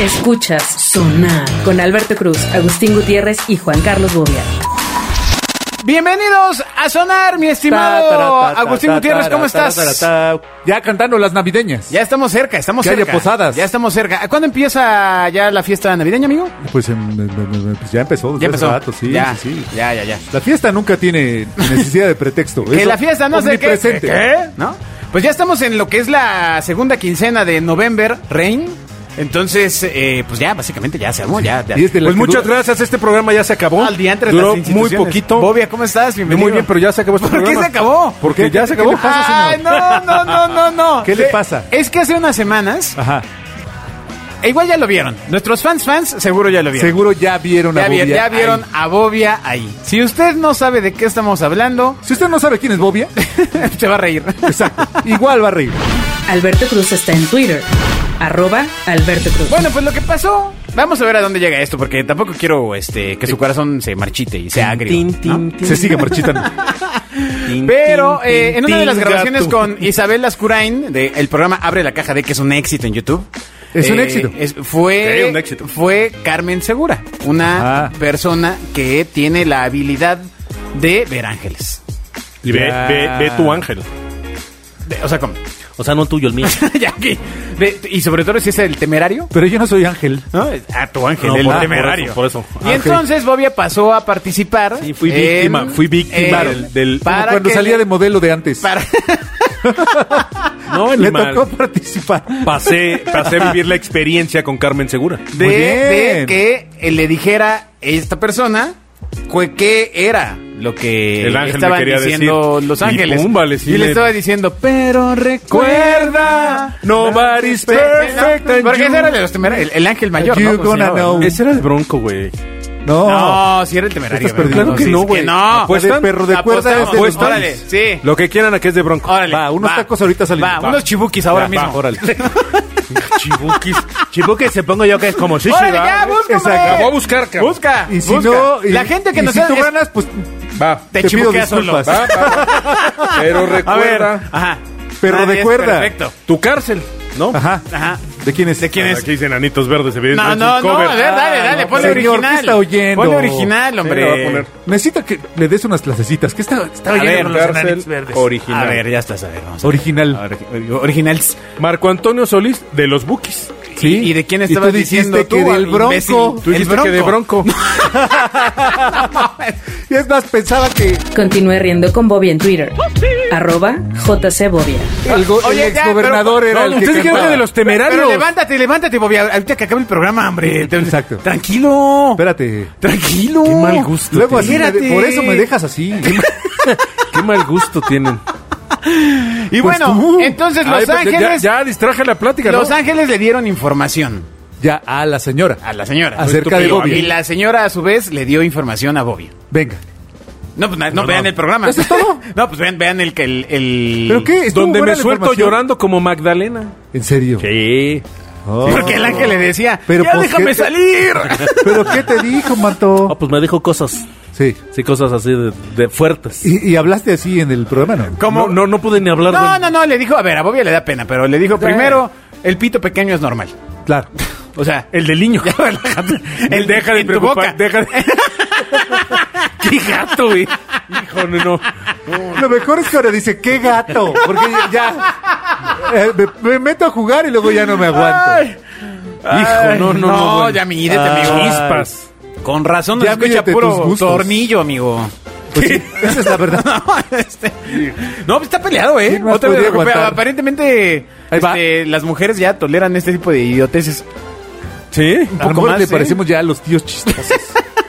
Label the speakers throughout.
Speaker 1: Escuchas Sonar con Alberto Cruz, Agustín Gutiérrez y Juan Carlos Bobia.
Speaker 2: Bienvenidos a Sonar, mi estimado
Speaker 3: Ta, ta, ta, ta,
Speaker 2: Agustín
Speaker 3: ta,
Speaker 2: Gutiérrez,
Speaker 3: ta,
Speaker 2: ¿cómo
Speaker 3: ta, ta,
Speaker 2: estás?
Speaker 3: ta, ta. Ya cantando las navideñas.
Speaker 2: Ya estamos cerca, estamos
Speaker 3: Que haya
Speaker 2: cerca.
Speaker 3: posadas.
Speaker 2: Ya estamos cerca. ¿Cuándo empieza ya la fiesta navideña, amigo?
Speaker 3: Pues, em, em, em, em, pues ya empezó. desde
Speaker 2: Ya empezó.
Speaker 3: hace rato, sí,
Speaker 2: ya,
Speaker 3: sí, sí.
Speaker 2: ya, ya, ya.
Speaker 3: La fiesta nunca tiene necesidad de pretexto.
Speaker 2: Que
Speaker 3: Eso,
Speaker 2: la fiesta no sé qué,
Speaker 3: omnipresente.
Speaker 2: ¿qué? ¿No? Pues ya estamos en lo que es la segunda quincena de November Rain. Entonces, eh, pues ya, básicamente ya se armó, ya. ya.
Speaker 3: Y es de la
Speaker 4: Pues
Speaker 3: que
Speaker 4: muchas
Speaker 3: dura-
Speaker 4: gracias, este programa ya se acabó.
Speaker 2: Al diantre de
Speaker 4: Duró
Speaker 2: las
Speaker 4: muy
Speaker 2: instituciones.
Speaker 4: poquito.
Speaker 2: Bobia, ¿cómo estás? Bienvenido.
Speaker 4: Muy bien, pero ya se acabó este
Speaker 2: ¿Por qué
Speaker 4: programa.
Speaker 2: se acabó?
Speaker 4: Porque
Speaker 3: ¿Qué-
Speaker 4: ya
Speaker 3: qué-
Speaker 4: se acabó.
Speaker 3: qué le pasa, señor?
Speaker 2: Ay, no, no, no, no, no.
Speaker 3: ¿Qué le
Speaker 2: Eh,
Speaker 3: pasa?
Speaker 2: Es que hace unas semanas,
Speaker 3: Ajá.
Speaker 4: Ah.
Speaker 2: e igual ya lo vieron. Nuestros fans fans seguro ya lo vieron.
Speaker 3: Seguro ya vieron a
Speaker 2: ya, vi-
Speaker 3: Bobia.
Speaker 2: ya vieron
Speaker 3: Ay.
Speaker 2: a Bobia ahí. Si usted no sabe de qué estamos hablando,
Speaker 3: Si usted no sabe quién es Bobia,
Speaker 2: se va a reír.
Speaker 3: exacto. Igual va a reír.
Speaker 1: Alberto Cruz está en Twitter, arroba Alberto Cruz.
Speaker 2: Bueno, pues lo que pasó, vamos a ver a dónde llega esto, porque tampoco quiero este que su corazón se marchite y sea agrio.
Speaker 4: Tin,
Speaker 2: ¿no?
Speaker 4: tin, tin,
Speaker 3: Se sigue marchitando.
Speaker 4: tin,
Speaker 2: Pero
Speaker 4: tin,
Speaker 2: eh,
Speaker 4: tin,
Speaker 2: en una de
Speaker 4: tin,
Speaker 2: las grabaciones
Speaker 4: gato.
Speaker 2: con Isabel Lascurain del programa Abre la Caja de que es un éxito en YouTube.
Speaker 3: Es un
Speaker 2: eh,
Speaker 3: éxito.
Speaker 2: es- fue,
Speaker 4: Sí, un éxito.
Speaker 2: fue Carmen Segura, una
Speaker 3: Ah.
Speaker 2: persona que tiene la habilidad de ver ángeles.
Speaker 4: Y ve,
Speaker 3: Ya.
Speaker 4: ve, ve tu ángel.
Speaker 2: De- o sea, ¿cómo?
Speaker 5: O sea, no tuyo, el mío.
Speaker 2: Ya aquí. De- y sobre todo si es el temerario.
Speaker 3: Pero yo no soy ángel.
Speaker 2: ¿no? A tu ángel,
Speaker 4: No, eh,
Speaker 2: el
Speaker 4: por- por
Speaker 2: temerario.
Speaker 4: eso, por eso.
Speaker 2: Y entonces Bobia pasó a participar.
Speaker 4: Ah, Sí, fui víctima, fui víctima del- del-
Speaker 3: Como
Speaker 2: para
Speaker 3: cuando
Speaker 2: que
Speaker 3: salía
Speaker 2: le-
Speaker 3: de modelo de antes.
Speaker 2: para-
Speaker 4: No,
Speaker 3: Le
Speaker 4: animal.
Speaker 3: tocó participar.
Speaker 4: Pasé, pasé a vivir la experiencia con Carmen Segura.
Speaker 2: de,
Speaker 3: Muy bien.
Speaker 2: de que eh, le dijera esta persona cu- qué era lo que
Speaker 4: El ángel me
Speaker 2: estaban
Speaker 4: quería
Speaker 2: diciendo
Speaker 4: decir.
Speaker 2: Los
Speaker 4: Y
Speaker 2: Ángeles.
Speaker 4: pum, vale, sí
Speaker 2: Y le
Speaker 4: le-
Speaker 2: estaba diciendo, pero recuerda.
Speaker 4: Nobody's perfect and
Speaker 2: Porque
Speaker 4: you-
Speaker 2: ese era de los temerarios, el, el ángel mayor.
Speaker 3: You
Speaker 2: ¿no? ¿Cómo se
Speaker 3: gonna
Speaker 2: llamaba?
Speaker 3: know.
Speaker 4: Ese era de bronco, güey.
Speaker 3: No.
Speaker 2: No, si era el temerario.
Speaker 3: Estás
Speaker 2: ¿verdad?
Speaker 3: perdido.
Speaker 2: No,
Speaker 3: Claro que
Speaker 2: sí,
Speaker 3: no,
Speaker 2: es
Speaker 3: güey.
Speaker 2: No,
Speaker 3: Apuestan,
Speaker 2: Apuesta-
Speaker 3: pero de cuerda
Speaker 2: apostamos.
Speaker 3: es de los
Speaker 2: Órale,
Speaker 3: Ángeles.
Speaker 2: sí.
Speaker 4: Lo que quieran aquí es de bronco.
Speaker 2: Órale.
Speaker 3: Va, unos tacos ahorita saliendo.
Speaker 2: Va,
Speaker 3: Va.
Speaker 2: unos chibuquis ahora mismo.
Speaker 3: Órale.
Speaker 4: Chibuquis.
Speaker 5: Chibuque se pongo yo que es como shishi,
Speaker 2: Órale,
Speaker 5: ¿va?
Speaker 2: ya, busca,
Speaker 3: Exacto.
Speaker 2: hombre.
Speaker 4: La voy a buscar, cabrón.
Speaker 2: Busca.
Speaker 3: Y si
Speaker 2: busca.
Speaker 3: no. y-
Speaker 2: la gente que
Speaker 3: y
Speaker 2: nos
Speaker 3: si
Speaker 2: ha-
Speaker 3: tú
Speaker 2: es-
Speaker 3: ganas, pues.
Speaker 4: Va.
Speaker 2: te,
Speaker 3: te pido
Speaker 2: chibuqueas solo.
Speaker 3: disculpas.
Speaker 4: Va, va. Pero
Speaker 2: A ver,
Speaker 4: recuerda
Speaker 2: ajá.
Speaker 3: Pero
Speaker 2: Nadie es
Speaker 3: recuerda.
Speaker 2: Perfecto.
Speaker 4: tu cárcel, ¿no?
Speaker 3: Ajá.
Speaker 2: Ajá.
Speaker 3: ¿De quién es?
Speaker 2: ¿De quién es?
Speaker 4: Aquí dicen anitos verdes,
Speaker 2: No,
Speaker 4: evidentemente.
Speaker 2: no,
Speaker 4: un
Speaker 2: Ah, no,
Speaker 4: cover. Ah,
Speaker 2: a ver, dale, dale,
Speaker 3: no,
Speaker 2: ponle
Speaker 3: señor, ¿qué
Speaker 2: original.
Speaker 3: está oyendo?
Speaker 2: Ponle original,
Speaker 4: Sí, la voy a
Speaker 2: hombre.
Speaker 4: poner.
Speaker 3: Necesito que le des unas clasecitas. ¿Qué está, está
Speaker 2: A
Speaker 3: oyendo
Speaker 2: ver,
Speaker 3: con los
Speaker 4: cárcel
Speaker 3: enanitos verdes?
Speaker 4: original.
Speaker 2: a ver, ya estás, a ver, vamos. a ver. Ah,
Speaker 3: Original.
Speaker 2: Ori- Originals.
Speaker 4: Marco Antonio Solís de los Bookies.
Speaker 3: Sí.
Speaker 2: ¿Y de quién
Speaker 3: Y tú
Speaker 2: estabas
Speaker 3: dijiste
Speaker 2: diciendo
Speaker 3: que
Speaker 2: tú,
Speaker 3: del
Speaker 2: imbécil?
Speaker 3: bronco.
Speaker 4: Tú
Speaker 2: El
Speaker 4: dijiste que de
Speaker 2: Bronco.
Speaker 4: Bronco.
Speaker 3: Y es más, pensaba que
Speaker 1: Continúe riendo con Bobia en Twitter, arroba JC Bobia.
Speaker 3: el, go- el
Speaker 2: Oye, ya,
Speaker 3: exgobernador
Speaker 2: pero-
Speaker 3: era
Speaker 2: no,
Speaker 3: el que
Speaker 2: ustedes
Speaker 3: cantaba.
Speaker 2: dijeron que de los temerarios. Pero levántate, levántate, Bobby. Ahorita que acabe el programa, hombre.
Speaker 3: Exacto.
Speaker 2: Tranquilo.
Speaker 3: Espérate.
Speaker 2: Tranquilo.
Speaker 4: Qué mal gusto.
Speaker 3: Luego así, me de-
Speaker 2: Espérate.
Speaker 3: por eso me dejas así.
Speaker 4: Qué mal gusto tienen.
Speaker 2: Y
Speaker 3: Pues
Speaker 2: bueno,
Speaker 3: tú.
Speaker 2: entonces
Speaker 4: Ay,
Speaker 2: Los
Speaker 4: pues, ya-
Speaker 2: Ángeles.
Speaker 4: Ya, distraje la plática, ¿no?
Speaker 2: Los Ángeles le dieron información
Speaker 3: ya, a la señora.
Speaker 2: a la señora.
Speaker 3: Acerca de
Speaker 2: Estúpido,
Speaker 3: Bobby.
Speaker 2: Y la señora, a su vez, le dio información a Bobby.
Speaker 3: Venga.
Speaker 2: No, pues na- no, vean el programa.
Speaker 3: ¿Eso es todo?
Speaker 2: no, pues vean, vean el que el, el-
Speaker 3: ¿Pero qué? Estuvo
Speaker 4: Donde
Speaker 3: buena
Speaker 4: me
Speaker 3: la
Speaker 4: suelto
Speaker 3: información.
Speaker 4: llorando como Magdalena.
Speaker 3: ¿En serio?
Speaker 4: Sí.
Speaker 3: Oh.
Speaker 2: Porque el ángel le decía,
Speaker 3: Pero,
Speaker 2: ya
Speaker 3: pues,
Speaker 2: déjame
Speaker 3: ¿qué te-
Speaker 2: salir.
Speaker 3: ¿Pero qué te dijo,
Speaker 5: Ah,
Speaker 3: Manto?
Speaker 5: pues me dijo cosas.
Speaker 3: Sí.
Speaker 5: Sí, cosas así de, de fuertes.
Speaker 3: Y, y hablaste así en el programa, ¿no?
Speaker 2: Como-
Speaker 5: No, no, no pude ni hablar.
Speaker 2: No,
Speaker 5: güey.
Speaker 2: no, no, le dijo, a ver, a Bobby le da pena, pero le dijo primero, el pito pequeño es normal.
Speaker 3: Claro.
Speaker 2: O sea,
Speaker 4: El del niño.
Speaker 2: El-
Speaker 4: el deja de
Speaker 2: en tu boca.
Speaker 4: preocupar. Deja de... Qué gato, güey. Hijo, no, no.
Speaker 3: Lo mejor es que ahora dice, qué gato. Porque ya eh, me, me meto a jugar y luego ya no me aguanto.
Speaker 4: Hijo, no, no, no.
Speaker 2: no,
Speaker 4: bueno.
Speaker 2: ya mídete, amigo.
Speaker 4: Chispas.
Speaker 2: con razón nos
Speaker 3: Ya
Speaker 2: escucha
Speaker 3: mídete tus
Speaker 2: puro
Speaker 3: gustos.
Speaker 2: tornillo, amigo.
Speaker 3: Pues sí, esa es la verdad.
Speaker 2: No, este- no, está peleado, ¿eh?
Speaker 3: ¿Quién más
Speaker 2: Otra vez
Speaker 3: podría
Speaker 2: europea.
Speaker 3: aguantar?
Speaker 2: Aparentemente,
Speaker 3: Ahí va.
Speaker 2: este, las mujeres ya toleran este tipo de idioteces.
Speaker 4: ¿Sí?
Speaker 3: A lo
Speaker 2: poco
Speaker 3: mejor
Speaker 2: más,
Speaker 3: le
Speaker 2: ¿eh?
Speaker 3: parecemos ya a los tíos chistosos.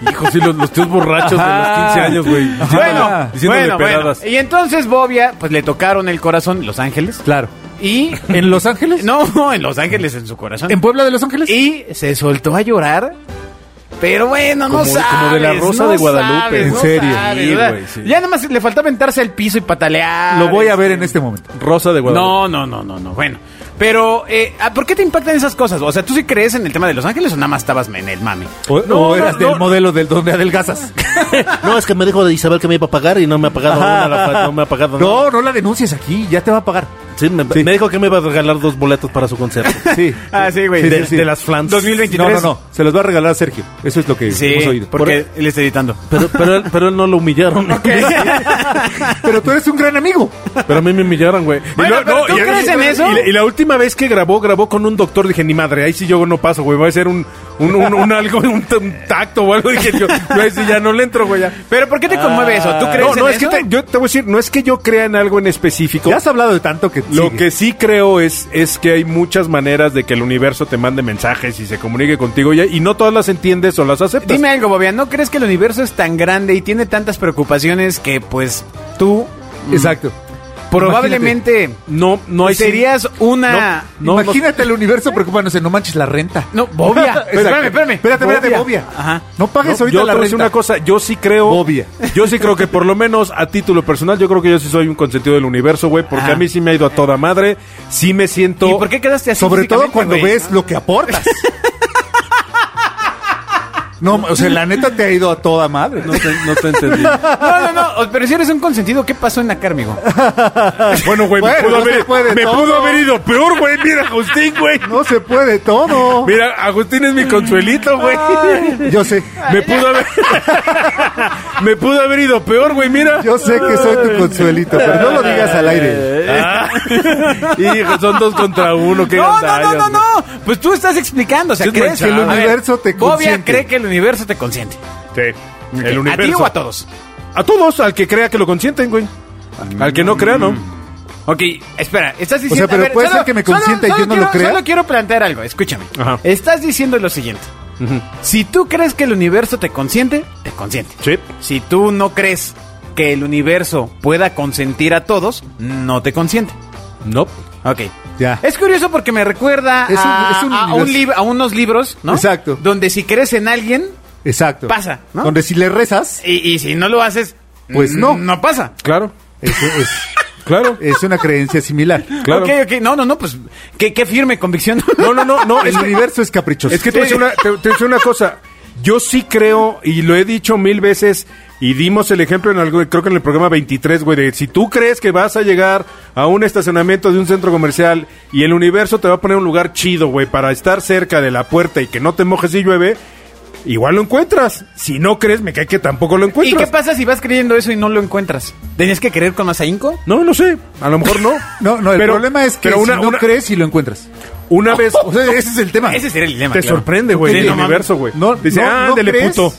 Speaker 4: Hijo, sí, los, los tíos borrachos de los 15 años, güey. diciéndole-
Speaker 2: Bueno,
Speaker 4: diciéndole
Speaker 2: bueno, bueno.
Speaker 4: pedadas.
Speaker 2: Y entonces Bobia, pues le tocaron el corazón, Los Ángeles.
Speaker 3: Claro.
Speaker 2: Y.
Speaker 3: ¿En Los Ángeles?
Speaker 2: No, en Los Ángeles, en su corazón.
Speaker 3: ¿En Puebla de Los Ángeles?
Speaker 2: Y se soltó a llorar. Pero bueno, no
Speaker 4: Como-
Speaker 2: sabes.
Speaker 4: como de la Rosa
Speaker 2: no
Speaker 4: de Guadalupe.
Speaker 2: sabes,
Speaker 3: En
Speaker 2: no
Speaker 3: serio.
Speaker 2: sabes,
Speaker 4: Sí,
Speaker 2: ¿verdad?
Speaker 4: güey, sí.
Speaker 2: Ya nada más le faltaba aventarse al piso y patalear.
Speaker 3: Lo voy a ver
Speaker 2: este.
Speaker 3: en este momento.
Speaker 4: Rosa de Guadalupe.
Speaker 2: No, no, no, no, no. Bueno. Pero, eh, ¿ah, ¿por qué te impactan esas cosas? O sea, ¿tú sí crees en el tema de Los Ángeles o nada más estabas en el mame?
Speaker 3: O,
Speaker 4: No,
Speaker 3: o
Speaker 4: no,
Speaker 3: eras
Speaker 4: no.
Speaker 3: del modelo del donde adelgazas.
Speaker 5: No, es que me dijo de Isabel que me iba a pagar y no me ha pagado. una, la fa- no me ha pagado. nada.
Speaker 3: No, no la denuncies aquí, ya te va a pagar.
Speaker 5: Sí, me, me dijo que me iba a regalar dos boletos para su concierto.
Speaker 3: Sí.
Speaker 2: Ah, sí, güey.
Speaker 5: De- de las flans.
Speaker 2: 2023.
Speaker 3: No, no, no. Se los va a regalar Sergio. Eso es lo que
Speaker 2: Sí,
Speaker 3: hemos oído.
Speaker 2: porque
Speaker 4: e-
Speaker 2: él está editando.
Speaker 5: Pero, pero, él, pero él no lo humillaron.
Speaker 3: Pero tú eres un gran amigo.
Speaker 5: Pero a mí me humillaron, güey. Y
Speaker 2: Bueno,
Speaker 5: luego-
Speaker 2: pero ¿tú
Speaker 5: y-
Speaker 2: crees en
Speaker 5: y-
Speaker 2: eso?
Speaker 5: y la-
Speaker 4: Y la última vez que grabó, grabó con un doctor. Dije, ni madre, ahí sí yo no paso, güey. Va a ser un, un, un, un algo, un, t- un tacto o algo. Dije, yo, yo ahí sí ya no le entro, güey. ya.
Speaker 2: Pero ¿por qué te conmueve eso? ¿Tú crees
Speaker 4: Ah. No, no,
Speaker 2: en
Speaker 4: es que
Speaker 2: eso?
Speaker 4: te- yo te voy a decir, no es que yo crea en algo en específico.
Speaker 3: Ya has hablado de tanto que.
Speaker 4: Lo
Speaker 3: sigue.
Speaker 4: que sí creo es, es que hay muchas maneras de que el universo te mande mensajes y se comunique contigo y, y no todas las entiendes o las aceptas.
Speaker 2: Dime algo, Bobia, ¿no crees que el universo es tan grande y tiene tantas preocupaciones que pues tú
Speaker 3: Exacto.
Speaker 2: probablemente
Speaker 4: No, no hay...
Speaker 2: serías una...
Speaker 4: No,
Speaker 3: Imagínate el universo preocupándose. No manches la renta.
Speaker 2: No, Bobia.
Speaker 3: Exacto.
Speaker 2: espérame, espérame.
Speaker 3: Espérate, espérate,
Speaker 2: Bobia.
Speaker 3: bobia.
Speaker 2: Ajá.
Speaker 3: No pagues
Speaker 4: No,
Speaker 3: ahorita
Speaker 4: yo
Speaker 3: la
Speaker 4: te voy a decir
Speaker 3: renta.
Speaker 4: una cosa, yo sí creo.
Speaker 3: Obvia.
Speaker 4: Yo sí creo que por lo menos a título personal, yo creo que yo sí soy un consentido del universo, güey, porque
Speaker 5: Ah.
Speaker 2: Ajá.
Speaker 4: a mí sí me ha ido a toda madre. Sí me siento.
Speaker 2: ¿Y por qué quedaste así?
Speaker 3: Sobre todo
Speaker 2: físicamente,
Speaker 3: cuando
Speaker 2: güey?
Speaker 3: ves lo que aportas. No, o sea, la neta te ha ido a toda madre.
Speaker 5: No te, no te entendí.
Speaker 2: No, no, no. Pero si eres un consentido, ¿qué pasó en la cara, amigo?
Speaker 4: Bueno, güey,
Speaker 3: Bueno,
Speaker 4: me, pudo,
Speaker 3: no se
Speaker 4: haber,
Speaker 3: puede
Speaker 4: me
Speaker 3: todo.
Speaker 4: pudo haber ido peor, güey. Mira, Agustín, güey.
Speaker 3: No se puede todo.
Speaker 4: Mira, Agustín es mi consuelito, güey.
Speaker 3: Yo sé,
Speaker 4: Me pudo haber. me pudo haber ido peor, güey, mira.
Speaker 3: yo sé que soy tu consuelito, pero no lo digas al aire.
Speaker 4: Ah. Hijo, son dos contra uno. Qué
Speaker 2: No, no,
Speaker 4: gandallas,
Speaker 2: no, no,
Speaker 4: güey.
Speaker 2: no. Pues tú estás explicando. O sea,
Speaker 4: Sí, es
Speaker 2: crees que el
Speaker 4: manchado.
Speaker 2: universo te consiente. Bobia cree que el universo te consiente.
Speaker 4: Sí. El
Speaker 2: ¿A ti
Speaker 4: universo.
Speaker 2: o a todos?
Speaker 4: A todos, al que crea que lo consienten, güey. Al que no crea, no.
Speaker 2: Ok, espera, estás diciendo...
Speaker 3: pero
Speaker 2: a ver,
Speaker 3: puede ser que me consienta y yo no lo
Speaker 2: quiero-
Speaker 3: crea.
Speaker 2: Solo quiero plantear algo, escúchame.
Speaker 4: Ajá.
Speaker 2: Estás diciendo lo siguiente. Si tú crees que el universo te consiente, te consiente.
Speaker 4: Sí.
Speaker 2: Si tú no crees que el universo pueda consentir a todos, no te consiente.
Speaker 4: No.
Speaker 2: Ok.
Speaker 3: Ya.
Speaker 2: Es curioso porque me recuerda
Speaker 3: Es un-
Speaker 2: a,
Speaker 3: es un
Speaker 2: a
Speaker 3: universo.
Speaker 2: lib- a unos libros, ¿no?
Speaker 3: Exacto.
Speaker 2: Donde si crees en alguien
Speaker 3: Exacto.
Speaker 2: Pasa, ¿no?
Speaker 3: Donde si le rezas,
Speaker 2: y, y si no lo haces,
Speaker 3: Pues
Speaker 2: n-
Speaker 3: no.
Speaker 2: No pasa.
Speaker 4: Claro.
Speaker 3: eso es,
Speaker 4: Claro.
Speaker 3: es una creencia similar.
Speaker 4: Claro.
Speaker 2: Ok, ok, no, no, no, pues qué, qué firme convicción.
Speaker 4: No, no, no, no.
Speaker 3: El
Speaker 4: Es que,
Speaker 3: universo es caprichoso.
Speaker 4: es que te voy a decir una, te- te voy a decir una cosa. Yo sí creo, y lo he dicho mil veces, y dimos el ejemplo en algo, creo que en el programa 23, güey, de si tú crees que vas a llegar a un estacionamiento de un centro comercial y el universo te va a poner un lugar chido, güey, para estar cerca de la puerta y que no te mojes si llueve, igual lo encuentras. Si no crees, me cae que tampoco lo
Speaker 2: ¿Y
Speaker 4: encuentras.
Speaker 2: qué pasa si vas creyendo eso y no lo encuentras? ¿Tenías que creer con más ahínco?
Speaker 4: No, no sé. A lo mejor no.
Speaker 3: No, no, el
Speaker 4: Pero-
Speaker 3: problema es que
Speaker 4: pero una,
Speaker 3: si no
Speaker 4: una-
Speaker 3: crees y lo encuentras.
Speaker 4: una vez.
Speaker 3: O sea, ese es el tema.
Speaker 2: Ese sería el dilema.
Speaker 4: te
Speaker 2: claro.
Speaker 4: sorprende, güey,
Speaker 2: Sí,
Speaker 4: el
Speaker 2: no mames.
Speaker 4: universo, güey.
Speaker 3: No,
Speaker 4: Dice,
Speaker 3: no, no
Speaker 4: ándele,
Speaker 3: crees
Speaker 4: puto.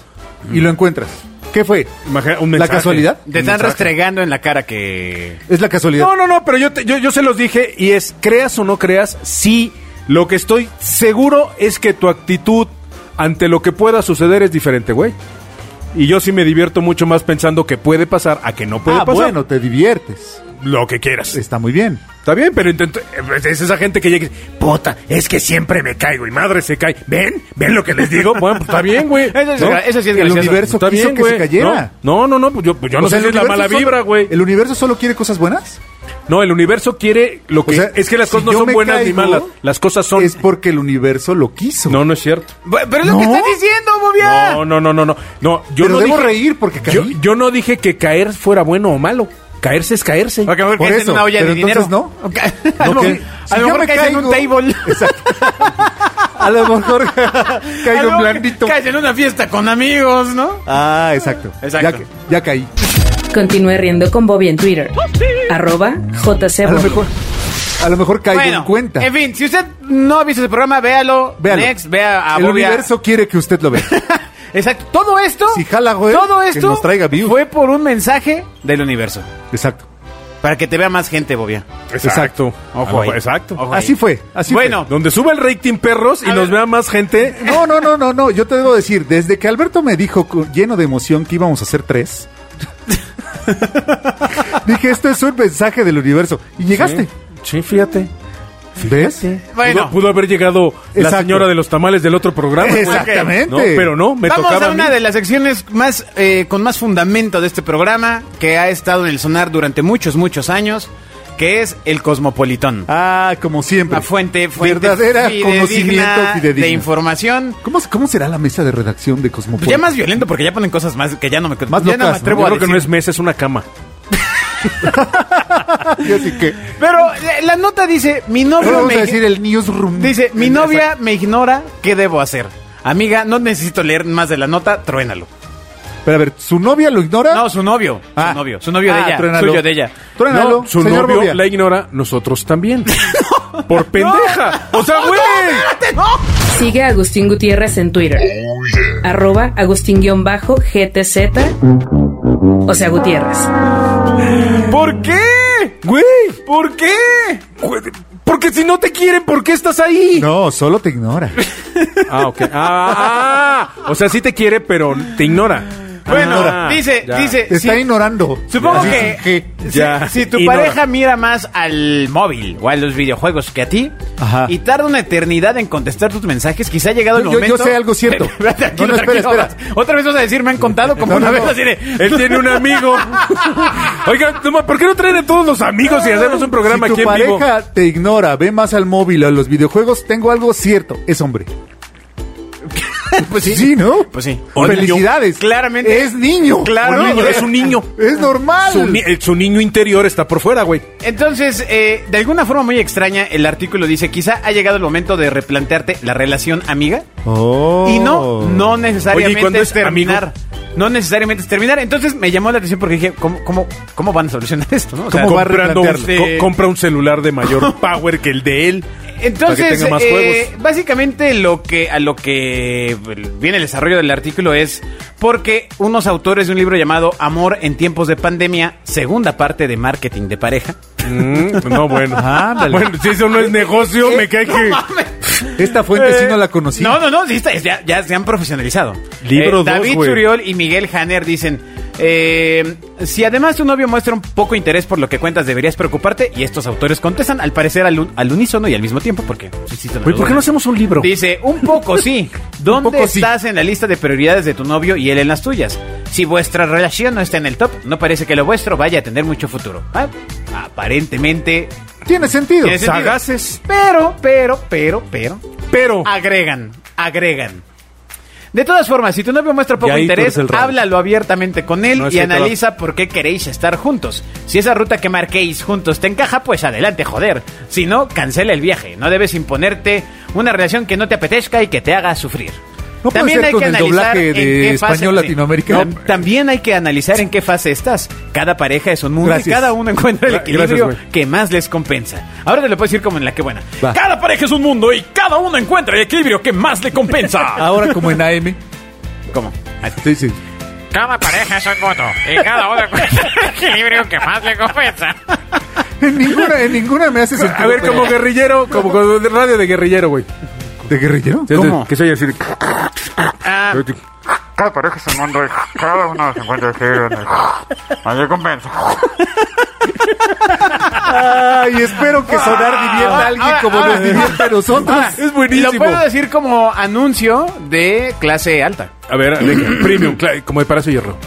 Speaker 3: Y
Speaker 4: Mm.
Speaker 3: lo encuentras. ¿Qué fue?
Speaker 4: Imagina- un
Speaker 3: ¿La
Speaker 4: mensaje.
Speaker 3: casualidad?
Speaker 2: Te están rastregando en la cara que...
Speaker 3: Es la casualidad.
Speaker 4: No, no, no, pero yo, te- yo, yo se los dije y es, creas o no creas, sí, lo que estoy seguro es que tu actitud ante lo que pueda suceder es diferente, güey. Y yo sí me divierto mucho más pensando que puede pasar a que no puede
Speaker 3: ah,
Speaker 4: pasar.
Speaker 3: bueno, te diviertes.
Speaker 4: Lo que quieras.
Speaker 3: Está muy bien.
Speaker 4: Está bien, pero intento- es esa gente que llega y dice, puta, es que siempre me caigo y madre se cae. ¿Ven? ¿Ven lo que les digo? Bueno, pues está bien, güey.
Speaker 2: Eso es- eso sí es
Speaker 3: El
Speaker 2: gracioso.
Speaker 3: universo
Speaker 4: Está
Speaker 3: quiso
Speaker 4: bien,
Speaker 3: que
Speaker 4: güey.
Speaker 3: se cayera.
Speaker 4: No, no, no, no, pues yo, pues yo no
Speaker 3: O sea,
Speaker 4: sé
Speaker 3: el
Speaker 4: si es la
Speaker 3: universo
Speaker 4: mala
Speaker 3: solo-
Speaker 4: vibra, güey.
Speaker 3: ¿El universo solo quiere cosas buenas?
Speaker 4: No, el universo quiere lo que...
Speaker 3: O sea,
Speaker 4: es que las
Speaker 3: si
Speaker 4: cosas no
Speaker 3: yo
Speaker 4: son
Speaker 3: me
Speaker 4: buenas ni
Speaker 3: caigo,
Speaker 4: malas. Las cosas son...
Speaker 3: Es porque el universo lo quiso.
Speaker 4: No, no es cierto.
Speaker 2: Bu- Pero es lo
Speaker 3: ¿No?
Speaker 2: que estás diciendo, Bobia.
Speaker 4: No, no, no, no, no. No, yo
Speaker 3: Pero
Speaker 4: no
Speaker 3: debo
Speaker 4: dije-
Speaker 3: reír porque caí.
Speaker 4: Yo, yo no dije que caer fuera bueno o malo. Caerse es caerse.
Speaker 2: Porque a lo mejor
Speaker 3: Por
Speaker 2: caes en
Speaker 3: eso,
Speaker 2: una olla
Speaker 3: pero
Speaker 2: de dinero.
Speaker 3: entonces no.
Speaker 2: Ok. A lo
Speaker 3: No,
Speaker 2: mejor-
Speaker 3: que-
Speaker 2: a
Speaker 3: si
Speaker 2: lo
Speaker 3: yo
Speaker 2: mejor
Speaker 3: me
Speaker 2: caes en un
Speaker 3: caigo-
Speaker 2: table.
Speaker 3: Exacto. A lo mejor
Speaker 2: A
Speaker 3: caigo
Speaker 2: lo
Speaker 3: en
Speaker 2: mejor
Speaker 3: blandito.
Speaker 2: Caes en una fiesta con amigos, ¿no?
Speaker 3: Ah, exacto.
Speaker 2: Exacto.
Speaker 3: Ya, ca- ya caí.
Speaker 1: Continúe riendo con Bobia en Twitter. Arroba JC
Speaker 3: A lo
Speaker 1: Bobia.
Speaker 3: mejor, a lo mejor caigo
Speaker 2: bueno,
Speaker 3: en cuenta.
Speaker 2: En fin, si usted no ha visto ese programa, véalo.
Speaker 3: Véalo.
Speaker 2: Next, vea a
Speaker 3: el
Speaker 2: Bobia.
Speaker 3: universo quiere que usted lo vea.
Speaker 2: Exacto. Todo esto.
Speaker 3: Si jala, güey,
Speaker 2: todo
Speaker 3: que
Speaker 2: esto
Speaker 3: nos traiga views.
Speaker 2: fue por un mensaje del universo.
Speaker 3: Exacto.
Speaker 2: Para que te vea más gente, Bobia.
Speaker 4: Exacto.
Speaker 2: Ojo ahí.
Speaker 4: Exacto.
Speaker 2: Ojo ahí.
Speaker 3: Así fue. Así
Speaker 2: Bueno.
Speaker 4: Donde sube el rating perros y
Speaker 2: A
Speaker 4: nos
Speaker 2: ver.
Speaker 4: vea más gente.
Speaker 3: fue. No, no, no, no, no. Yo te debo decir, desde que Alberto me dijo con- lleno de emoción que íbamos a hacer tres, dije, esto es un mensaje del universo. Y llegaste.
Speaker 4: Sí, fíjate.
Speaker 3: ¿Ves?
Speaker 2: Bueno,
Speaker 4: Pudo, pudo haber llegado la
Speaker 3: Exacto.
Speaker 4: señora de los tamales del otro programa. güey.
Speaker 3: Exactamente.
Speaker 4: No, pero no, me
Speaker 2: vamos
Speaker 4: tocaba
Speaker 2: a una
Speaker 4: mí.
Speaker 2: de las secciones más eh, con más fundamento de este programa que ha estado en el sonar durante muchos, muchos años, que es el Cosmopolitón.
Speaker 3: Ah, como siempre.
Speaker 2: Una fuente, fuente
Speaker 3: Verdadera
Speaker 2: fidedigna
Speaker 3: conocimiento fidedigno.
Speaker 2: de información. Pues
Speaker 3: ¿Cómo, ¿Cómo será la mesa de redacción de Cosmopolitan?
Speaker 2: Ya más violento porque ya ponen cosas más que ya no me ya
Speaker 3: Más
Speaker 2: no me
Speaker 3: locas, ¿no?
Speaker 4: Yo
Speaker 2: atrevo a
Speaker 4: creo que
Speaker 2: decir.
Speaker 4: no es mesa, es una cama.
Speaker 3: Y así que.
Speaker 2: Pero eh, la nota dice, mi
Speaker 3: Ahora
Speaker 2: novio
Speaker 3: vamos a
Speaker 2: me...
Speaker 3: decir el newsroom.
Speaker 2: Dice, mi novia me ignora, ¿qué debo hacer? Amiga, no necesito leer más de la nota, truénalo.
Speaker 3: Pero a ver, ¿su novia lo ignora?
Speaker 2: No, su novio.
Speaker 3: Ah.
Speaker 2: su novio. Su novio de
Speaker 3: Ah,
Speaker 2: ella.
Speaker 3: truénalo.
Speaker 2: Suyo de ella.
Speaker 3: Truénalo,
Speaker 4: No, su
Speaker 3: señor
Speaker 4: novio
Speaker 3: novia.
Speaker 4: la ignora, nosotros también. Por pendeja. O sea, güey.
Speaker 1: Sigue a Agustín Gutiérrez en Twitter. Arroba Agustín-GTZ. O sea, Gutiérrez.
Speaker 4: ¿Por qué? Güey. ¿Por qué? Güey, Porque si no te quieren, ¿por qué estás ahí?
Speaker 3: No, solo te ignora.
Speaker 4: Ah, ok. Ah, ah. o sea, sí te quiere, pero te ignora.
Speaker 2: Bueno,
Speaker 4: Ah,
Speaker 2: dice,
Speaker 4: ya.
Speaker 2: dice...
Speaker 3: Te está
Speaker 2: si-
Speaker 3: ignorando.
Speaker 2: Eh, Supongo
Speaker 3: Así
Speaker 2: que,
Speaker 3: sin que-
Speaker 2: si-
Speaker 4: Ya.
Speaker 2: si, tu
Speaker 4: Y no.
Speaker 2: pareja mira más al móvil o a los videojuegos que a ti
Speaker 3: Ajá.
Speaker 2: y tarda una eternidad en contestar tus mensajes, quizá ha llegado el
Speaker 3: Yo- yo- yo
Speaker 2: momento.
Speaker 3: sé algo cierto.
Speaker 2: Tranquilo,
Speaker 3: No, no, espera,
Speaker 2: tranquilo.
Speaker 3: espera.
Speaker 2: Otra vez vas a decir, me han contado como
Speaker 3: No,
Speaker 2: una
Speaker 3: no,
Speaker 2: vez
Speaker 3: no.
Speaker 2: así de.
Speaker 4: Él tiene un amigo. Oiga, no, ma, ¿por qué no traen a todos los amigos y hacemos un programa
Speaker 3: si tu
Speaker 4: aquí en vivo?
Speaker 3: pareja te ignora, ve más al móvil o a los videojuegos, tengo algo cierto. Es hombre.
Speaker 2: Pues sí.
Speaker 3: ¿no?
Speaker 2: Pues sí.
Speaker 4: O niño.
Speaker 3: Felicidades.
Speaker 2: Claramente.
Speaker 3: Es niño.
Speaker 2: Claro.
Speaker 4: Un niño, es un niño.
Speaker 3: Es normal.
Speaker 4: Su, ni- el- su niño interior está por fuera, güey.
Speaker 2: Entonces, eh, de alguna forma muy extraña, el artículo dice: quizá ha llegado el momento de replantearte la relación amiga.
Speaker 3: Oh.
Speaker 2: Y no, no necesariamente
Speaker 4: Oye, ¿y cuándo
Speaker 2: es
Speaker 4: es amigo?
Speaker 2: terminar. No necesariamente es terminar. Entonces me llamó la atención porque dije, ¿cómo, cómo, cómo van a solucionar esto? no? O sea,
Speaker 3: ¿Cómo va a
Speaker 4: Comprando un-
Speaker 3: replantearlo?
Speaker 4: co- compra un celular de mayor power que el de él. para que
Speaker 2: Entonces,
Speaker 4: tenga más
Speaker 2: eh,
Speaker 4: juegos.
Speaker 2: básicamente lo que a lo que viene el desarrollo del artículo es porque unos autores de un libro llamado Amor en tiempos de pandemia, segunda parte de marketing de pareja.
Speaker 4: Mm, no, bueno.
Speaker 3: Ándale.
Speaker 4: Bueno, si eso no es negocio, me cae que.
Speaker 3: Esta fuente sí
Speaker 2: Eh,
Speaker 3: no la conocí.
Speaker 2: No, no, no, sí está- ya, ya se han profesionalizado. Eh,
Speaker 4: Libro dos,
Speaker 2: David
Speaker 4: güey.
Speaker 2: Suriol y Miguel Hanner dicen, eh, si además tu novio muestra un poco interés por lo que cuentas, deberías preocuparte. Y estos autores contestan, al parecer al, un- al unísono y al mismo tiempo, porque... sí, sí, son
Speaker 4: Güey, ¿por qué no
Speaker 2: algunas.
Speaker 4: hacemos un libro?
Speaker 2: Dice, un poco sí. ¿Dónde
Speaker 3: Un poco sí.
Speaker 2: estás en la lista de prioridades de tu novio y él en las tuyas? Si vuestra relación no está en el top, no parece que lo vuestro vaya a tener mucho futuro. Ah, Aparentemente.
Speaker 3: Tiene sentido.
Speaker 2: tiene sentido.
Speaker 4: sagaces.
Speaker 2: Pero, pero, pero, pero.
Speaker 4: Pero.
Speaker 2: Agregan, agregan. De todas formas, si tu novio muestra
Speaker 4: Y
Speaker 2: poco
Speaker 4: ahí tú
Speaker 2: interés,
Speaker 4: eres el raro.
Speaker 2: háblalo abiertamente con él
Speaker 4: No, es
Speaker 2: y
Speaker 4: que te va-
Speaker 2: analiza por qué queréis estar juntos. Si esa ruta que marquéis juntos te encaja, pues adelante, joder. Si no, cancela el viaje. No debes imponerte una relación que no te apetezca y que te haga sufrir.
Speaker 3: No puede ser con el doblaje de español
Speaker 2: sí.
Speaker 3: latinoamericano.
Speaker 2: No, también hay que analizar en qué fase estás. Cada pareja es un mundo y
Speaker 3: Gracias.
Speaker 2: cada uno encuentra el
Speaker 4: Gra- gracias,
Speaker 2: equilibrio
Speaker 4: güey.
Speaker 2: que más les compensa. Ahora te lo puedes decir como en la que buena.
Speaker 3: Va.
Speaker 2: Cada pareja es un mundo y cada uno encuentra el equilibrio que más le compensa.
Speaker 3: Ahora como en AM.
Speaker 2: ¿Cómo?
Speaker 3: Sí, sí.
Speaker 6: Cada pareja es un voto y cada uno encuentra el equilibrio que más le compensa.
Speaker 3: En ninguna, en ninguna me hace sentido.
Speaker 4: A ver, como guerrillero, como, como de radio de guerrillero, güey.
Speaker 3: ¿De guerrillero?
Speaker 2: ¿Cómo?
Speaker 4: Que soy así. de-
Speaker 2: Ah,
Speaker 6: Cada pareja es un mundo y cada uno se encuentra el equilibrio que más le compensa.
Speaker 3: Ay, espero que sonar divierte a alguien
Speaker 2: ahora,
Speaker 3: como
Speaker 2: ahora.
Speaker 3: nos divierte a
Speaker 2: ah,
Speaker 3: nosotros.
Speaker 4: Es buenísimo.
Speaker 2: Lo puedo decir como anuncio de clase alta.
Speaker 4: A ver, de- premium, cla- como de Palacio Hierro.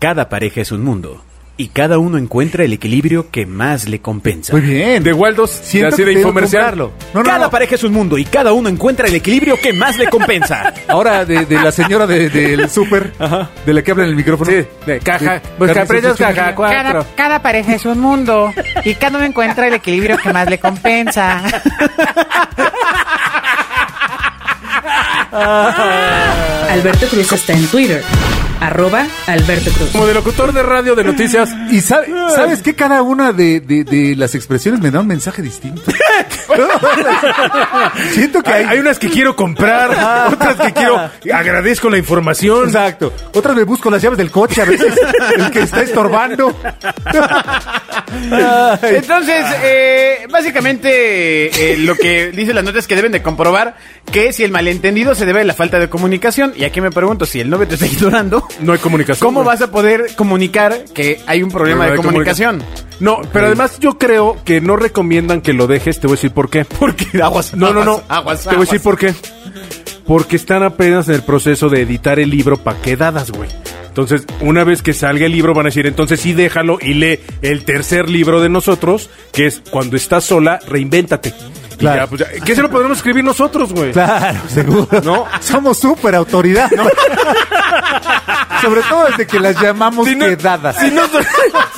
Speaker 2: Cada pareja es un mundo y cada uno encuentra el equilibrio que más le compensa.
Speaker 3: Muy bien.
Speaker 4: De Waldos,
Speaker 3: Siento
Speaker 4: así
Speaker 3: que
Speaker 4: de
Speaker 3: tengo que
Speaker 4: infomercial.
Speaker 3: comprarlo. No, no,
Speaker 2: cada
Speaker 3: no.
Speaker 2: pareja es un mundo y cada uno encuentra el equilibrio que más le compensa.
Speaker 3: Ahora de, de la señora de- del súper, de la que habla en el micrófono.
Speaker 4: Sí, de caja. Pues
Speaker 3: Carmen
Speaker 4: precios
Speaker 3: Sostenible.
Speaker 4: caja
Speaker 7: Cada,
Speaker 4: cuatro.
Speaker 7: cada pareja es un mundo y cada uno encuentra el equilibrio que más le compensa.
Speaker 1: Alberto Cruz está en Twitter. Arroba Alberto Cruz.
Speaker 4: Como de locutor de radio de noticias.
Speaker 3: Y sabe- sabes que cada una de, de- de las expresiones me da un mensaje distinto. Siento que
Speaker 4: Hay,
Speaker 3: hay,
Speaker 4: hay unas que quiero comprar, otras que quiero. Agradezco la información.
Speaker 3: Exacto. Otras me busco las llaves del coche a veces. El que está estorbando.
Speaker 2: Entonces,
Speaker 4: Ah.
Speaker 2: eh, básicamente eh, lo que dice la nota es que deben de comprobar que si el malentendido se debe a la falta de comunicación, y aquí me pregunto, si el novio te está ignorando,
Speaker 4: No hay comunicación.
Speaker 2: ¿cómo
Speaker 4: güey.
Speaker 2: vas a poder comunicar que hay un problema
Speaker 4: No
Speaker 2: de
Speaker 4: hay
Speaker 2: comunicación?
Speaker 4: comunica- No, pero además yo creo que no recomiendan que lo dejes. Te voy a decir por qué.
Speaker 2: Porque aguas,
Speaker 4: No, no, no.
Speaker 2: aguas, aguas,
Speaker 4: Te voy a decir
Speaker 2: aguas.
Speaker 4: por qué. Porque están apenas en el proceso de editar el libro pa' quedadas, güey. Entonces, una vez que salga el libro, van a decir, entonces sí déjalo y lee el tercer libro de nosotros, que es Cuando estás sola, reinvéntate. Y
Speaker 3: Claro.
Speaker 4: ya, pues, ya. ¿Qué se lo podremos escribir nosotros, güey?
Speaker 3: Claro, seguro.
Speaker 4: No.
Speaker 3: Somos súper autoridad. Sobre todo desde que las llamamos
Speaker 4: Si no-
Speaker 3: quedadas.
Speaker 4: Si, nos-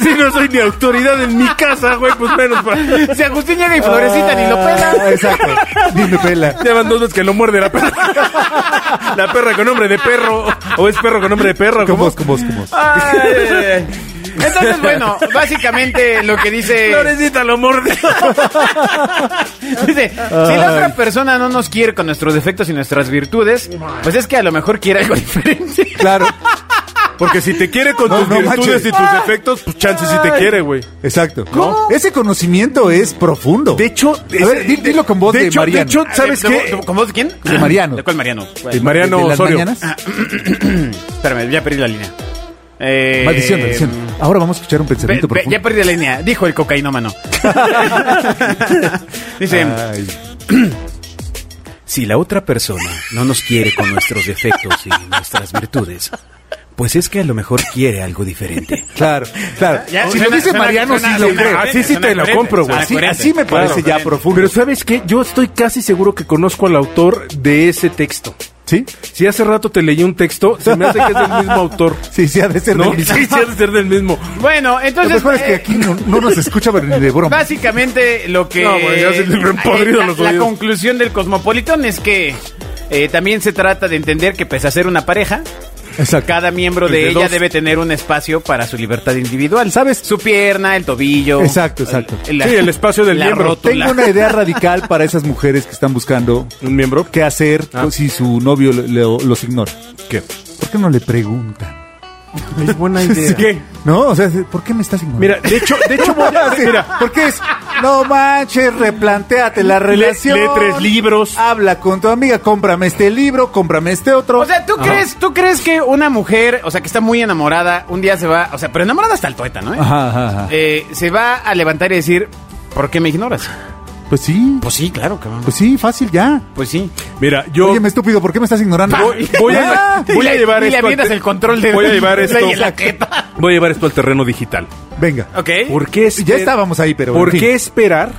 Speaker 4: Si no soy ni autoridad en mi casa, güey, pues menos para...
Speaker 2: Si Agustín llega y florecita ni lo pela.
Speaker 3: Ah, Exacto. Ni me pela.
Speaker 4: Ya van dos veces que lo muerde la perra. La perra con nombre de perro. O es perro con nombre de perro.
Speaker 3: Con
Speaker 4: ¿cómo? Ah.
Speaker 3: vos, con vos, con vos.
Speaker 2: Ay, ay, ay. Entonces, bueno, básicamente lo que dice...
Speaker 5: Florecita lo mordió.
Speaker 2: Dice, si la otra persona no nos quiere con nuestros defectos y nuestras virtudes, pues es que a lo mejor quiere algo diferente.
Speaker 3: Claro.
Speaker 4: Porque si te quiere con
Speaker 3: No,
Speaker 4: tus
Speaker 3: no
Speaker 4: virtudes
Speaker 3: manches.
Speaker 4: y tus defectos, pues chance si te quiere, güey.
Speaker 3: Exacto. Ese conocimiento es profundo.
Speaker 4: De hecho,
Speaker 3: A ver, di- dilo con voz de,
Speaker 4: hecho,
Speaker 3: Mariano.
Speaker 4: De hecho, ¿sabes
Speaker 2: ¿De-
Speaker 4: qué?
Speaker 2: de- ¿Con vos de quién?
Speaker 3: De Mariano.
Speaker 2: ¿De cuál Mariano? Ah,
Speaker 4: De Mariano
Speaker 3: ¿De- de las
Speaker 4: Osorio.
Speaker 3: mañanas?
Speaker 2: Espérame, ya perdí la línea. Eh,
Speaker 3: Maldición, maldición. Ahora vamos a escuchar un
Speaker 2: Ve-
Speaker 3: pensamiento
Speaker 2: ve-
Speaker 3: profundo.
Speaker 2: ya perdí la línea, dijo el cocainómano. Dice,
Speaker 3: Ay.
Speaker 2: si la otra persona no nos quiere con nuestros defectos y nuestras virtudes, pues es que a lo mejor quiere algo diferente.
Speaker 3: Claro, claro.
Speaker 2: Ya,
Speaker 3: si
Speaker 2: suena-
Speaker 3: lo dice
Speaker 2: suena-
Speaker 3: Mariano,
Speaker 2: suena-
Speaker 3: sí lo
Speaker 2: suena-
Speaker 3: creo.
Speaker 2: suena-
Speaker 4: Así sí
Speaker 2: suena
Speaker 4: te lo
Speaker 2: coherente,
Speaker 4: compro, güey.
Speaker 2: suena
Speaker 3: Así,
Speaker 2: coherente.
Speaker 3: así me
Speaker 2: Claro,
Speaker 3: parece ya
Speaker 2: coherente.
Speaker 3: profundo.
Speaker 5: Pero ¿sabes qué? Yo estoy casi seguro que conozco al autor de ese texto.
Speaker 3: ¿Sí?
Speaker 5: Si hace rato te leí un texto, se me hace que es del mismo autor.
Speaker 3: Sí, sí, ha de ser
Speaker 5: ¿No?
Speaker 3: del-
Speaker 5: Sí, sí, ha de ser del mismo.
Speaker 2: Bueno,
Speaker 3: Lo
Speaker 2: entonces...
Speaker 3: mejor es que
Speaker 2: eh,
Speaker 3: aquí no, no nos escucha pero ni de broma.
Speaker 2: Básicamente lo que...
Speaker 5: No, güey, ya se le ven podridos
Speaker 2: la,
Speaker 5: los
Speaker 2: la
Speaker 5: oídos.
Speaker 2: conclusión del Cosmopolitan es que eh, también se trata de entender que pese a ser una pareja,
Speaker 3: Exacto.
Speaker 2: cada miembro de
Speaker 5: Desde
Speaker 2: ella
Speaker 5: dos.
Speaker 2: debe tener un espacio para su libertad individual.
Speaker 3: ¿Sabes?
Speaker 2: Su pierna, el tobillo.
Speaker 3: Exacto, exacto.
Speaker 4: Sí, el espacio del
Speaker 2: la
Speaker 4: miembro.
Speaker 2: rótula.
Speaker 3: Tengo una idea radical para esas mujeres que están buscando
Speaker 4: ¿Un miembro?
Speaker 3: qué hacer
Speaker 4: Ah.
Speaker 3: si su novio lo- lo- los ignora.
Speaker 4: ¿Qué?
Speaker 3: ¿Por qué no le preguntan?
Speaker 5: Es buena idea.
Speaker 4: ¿Qué?
Speaker 3: ¿No? O sea, ¿por qué me estás ignorando?
Speaker 4: Mira, de hecho, de hecho voy a...
Speaker 3: Sí,
Speaker 4: Mira,
Speaker 3: porque es, no manches, replantéate la relación.
Speaker 4: lee tres libros.
Speaker 3: Habla con tu amiga, cómprame este libro, cómprame este otro.
Speaker 2: O sea, ¿tú crees, ¿tú crees que una mujer, o sea, que está muy enamorada, un día se va, o sea, pero enamorada hasta el toeta, ¿no?
Speaker 3: Ajá, ajá, ajá.
Speaker 2: Eh, se va a levantar y decir, ¿por qué me ignoras?
Speaker 3: Pues sí,
Speaker 2: Pues sí, claro, cabrón.
Speaker 3: pues sí, fácil ya.
Speaker 2: Pues sí.
Speaker 4: mira, yo...
Speaker 3: Oye, me estúpido, ¿por qué me estás ignorando?
Speaker 4: Voy- voy a-
Speaker 3: Ah,
Speaker 4: voy a
Speaker 2: Y le-
Speaker 4: llevar
Speaker 2: y le
Speaker 4: esto
Speaker 2: avientas
Speaker 4: al te-
Speaker 2: el control de
Speaker 4: voy a llevar
Speaker 2: de
Speaker 4: esto.
Speaker 2: la hielacreta.
Speaker 4: Voy a llevar esto al terreno digital.
Speaker 3: Venga.
Speaker 2: Ok.
Speaker 5: ¿Por qué
Speaker 4: Este,
Speaker 3: Ya estábamos ahí, pero.
Speaker 5: ¿Por
Speaker 3: en fin.
Speaker 5: qué esperar?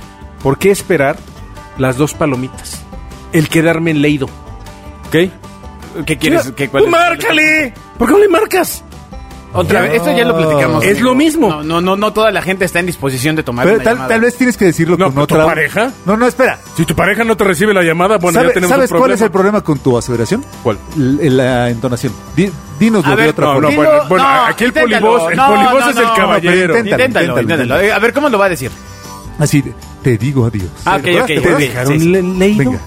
Speaker 5: ¿Por qué esperar las dos palomitas? El quedarme en leído.
Speaker 4: ¿Ok?
Speaker 2: ¿Qué quieres? ¿Qué, cuál
Speaker 5: ¡Tú
Speaker 2: es?
Speaker 5: ¡Márcale! ¿Por qué no le marcas?
Speaker 2: Otra vez, esto ya lo platicamos.
Speaker 5: Es lo mismo.
Speaker 2: No, no, no, no toda la gente está en disposición de tomar
Speaker 3: Pero
Speaker 2: una
Speaker 3: tal,
Speaker 2: llamada.
Speaker 3: tal vez tienes que decirlo
Speaker 4: No,
Speaker 3: con
Speaker 4: ¿tu
Speaker 3: otra.
Speaker 4: pareja?
Speaker 3: No, no, espera.
Speaker 4: Si tu pareja no te recibe la llamada, bueno,
Speaker 3: ¿Sabe-
Speaker 4: ya tenemos
Speaker 3: ¿Sabes
Speaker 4: un
Speaker 3: cuál
Speaker 4: problema.
Speaker 3: es el problema con tu aseveración?
Speaker 4: ¿Cuál?
Speaker 3: L- la entonación. Di- dinoslo
Speaker 2: A
Speaker 3: de
Speaker 2: ver,
Speaker 3: otra
Speaker 4: no,
Speaker 3: forma.
Speaker 4: no, bueno, bueno, aquí el
Speaker 2: inténtalo.
Speaker 4: polivoz- el polivoz es el caballero.
Speaker 2: pero Inténtalo,
Speaker 3: Inténtalo,
Speaker 2: inténtalo,
Speaker 3: inténtalo.
Speaker 2: Eh, A ver, ¿cómo lo va a decir?
Speaker 3: Así, te digo adiós.
Speaker 2: Ah, ok, ok.
Speaker 3: ¿Te acuerdas?
Speaker 2: Te
Speaker 3: ¿Te acuerdas?
Speaker 2: dejaron
Speaker 5: ¿Quedaron en leído?
Speaker 3: Venga.